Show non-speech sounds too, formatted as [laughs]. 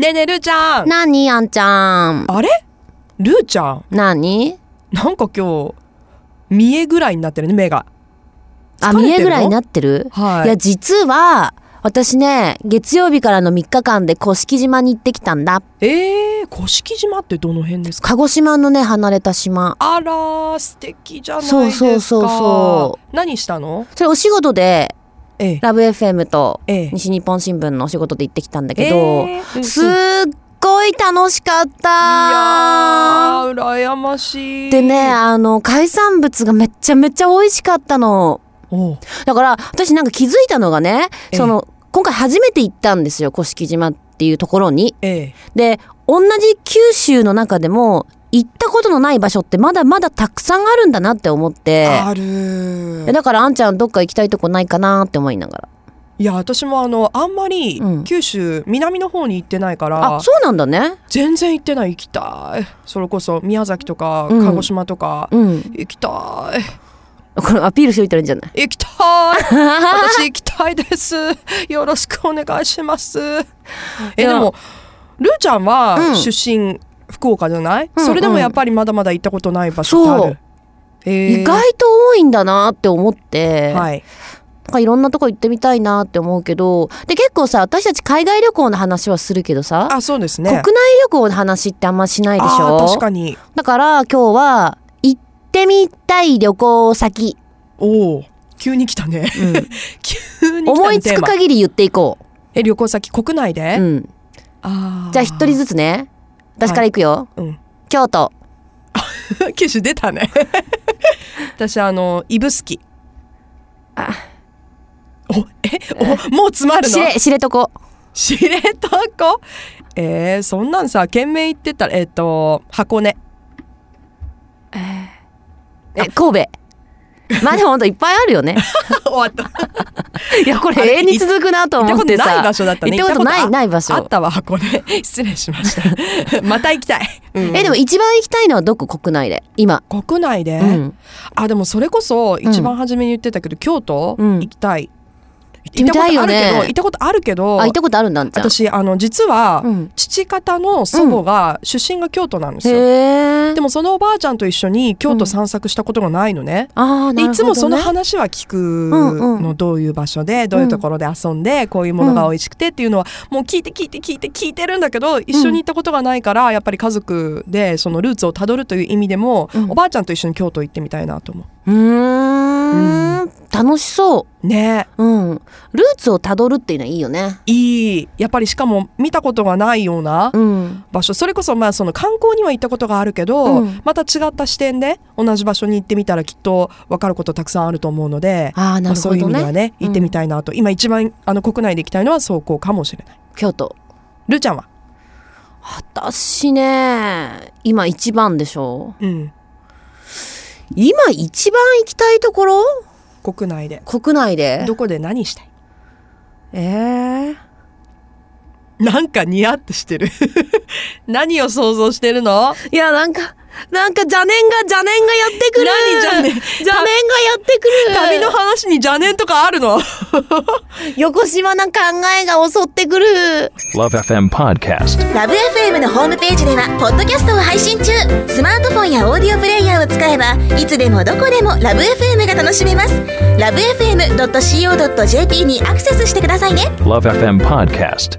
ねえねえるーちゃんなにあんちゃん。あれるーちゃんなになんか今日見えぐらいになってるね目があ、疲れてる見のえぐらいになってる、はいい、や、実は、私ね、月曜日からの3日間で甑島に行ってきたんだ。えー、甑島ってどの辺ですか鹿児島のね、離れた島。あらー素敵じゃないですかそうそうそうそう何したのそれお仕事で、ええラブ FM とええ西日本新聞のお仕事で行ってきたんだけど、えーうんすっいやごい楽しかったー羨ましいでね、あの、海産物がめっちゃめちゃ美味しかったの。おうだから私なんか気づいたのがねええその今回初めて行ったんですよ甑島っていうところに。ええで同じ九州の中でも行ったことのない場所ってまだまだたくさんあるんだなって思ってあるーだからあんちゃんどっか行きたいとこないかなって思いながらいや私もあのあんまりうん九州南の方に行ってないから、あそうなんだね全然行ってない行きたいそれこそ宮崎とかうん鹿児島とか、うん行きたいこれアピールしといたらいいんじゃない行きたい私行きたいです [laughs] よろしくお願いしますえいでやもるーちゃんうはん出身福岡じゃない、うんそれでもやっぱりまだまだ行ったことない場所ってあそるう、えー意外と多いんだなって思って、はいなんかいろんなとこ行ってみたいなって思うけどで結構さ私たち海外旅行の話はするけどさあそうですね国内旅行の話ってあんましないでしあーょ確かにだから今日は行ってみたい旅行先、おお [laughs] 急に来たね急に来たね思いつテーくマ限り言っていこえ旅行先国内で、う、うん、あーじゃあ一人ずつね私から行くよ、うん、京都 [laughs] 九州出た [laughs] ね私あの指宿あおえおもう詰まるの知れ知床知床えー、そんなんさ県名言ってたらえっ、と箱 [laughs] 根え神戸まあでもほんといっぱいある [laughs] よね終わった行っいやこれ永遠に続くなとた思こっとてないさ場所だったね行ったことない行ない場ああっ所たわ箱根 [laughs] 失礼しま [laughs] したまた行きたい、うんえでも一番行きたいのはどこ国内で今、国内で、うん、あでもそれこそ一番初めに言ってたけど、京都、うん行きたい行ってみたいよね行ったことあるけど行あ行っったことあるけどたことあるんだあんちゃん私あの実は、うん、父方の祖母が出身が京都なんですよ、へえでもそのおばあちゃんと一緒に京都散策したことがないのね、あーでなるほど、ね、いつもその話は聞くうんうのどういう場所でどういうところで遊んでこういうものが美味しくてっていうのはもう聞いて聞いて聞いて聞いてるんだけど一緒に行ったことがないからやっぱり家族でそのルーツをたどるという意味でもうんおばあちゃんと一緒に京都行ってみたいなと思うーん楽しそう。うねうん、ルーツをたどるっていうのはいいよね。いいやっぱりしかも見たことがないようなうん、場所それこそまあその観光には行ったことがあるけど、うんまた違った視点で同じ場所に行ってみたらきっと分かることたくさんあると思うので。ああまなあるそうほいう意ど味ね。ではね、行ってみたいなと、今一番あの国内で行きたいのは走行かもしれない。京都るーちゃんは、私ね今一番でしょうん、今一番行きたいところ国内で国内でどこで何したいえー、なんかニヤッとしてる [laughs] 何を想像してるのいやなんかなんか邪念が邪念がやってくる何邪念邪念がやってくる旅の話に邪念とかあるの [laughs] 横島な考えが襲ってくる Love FM Podcast. ラブ f m のホームページではポッドキャストを配信中スマートフォンやオーディオプレイヤーを使えばいつでもどこでもラブ f m が楽しめますラブ FM.co.jp にアクセスしてくださいね Love FM Podcast.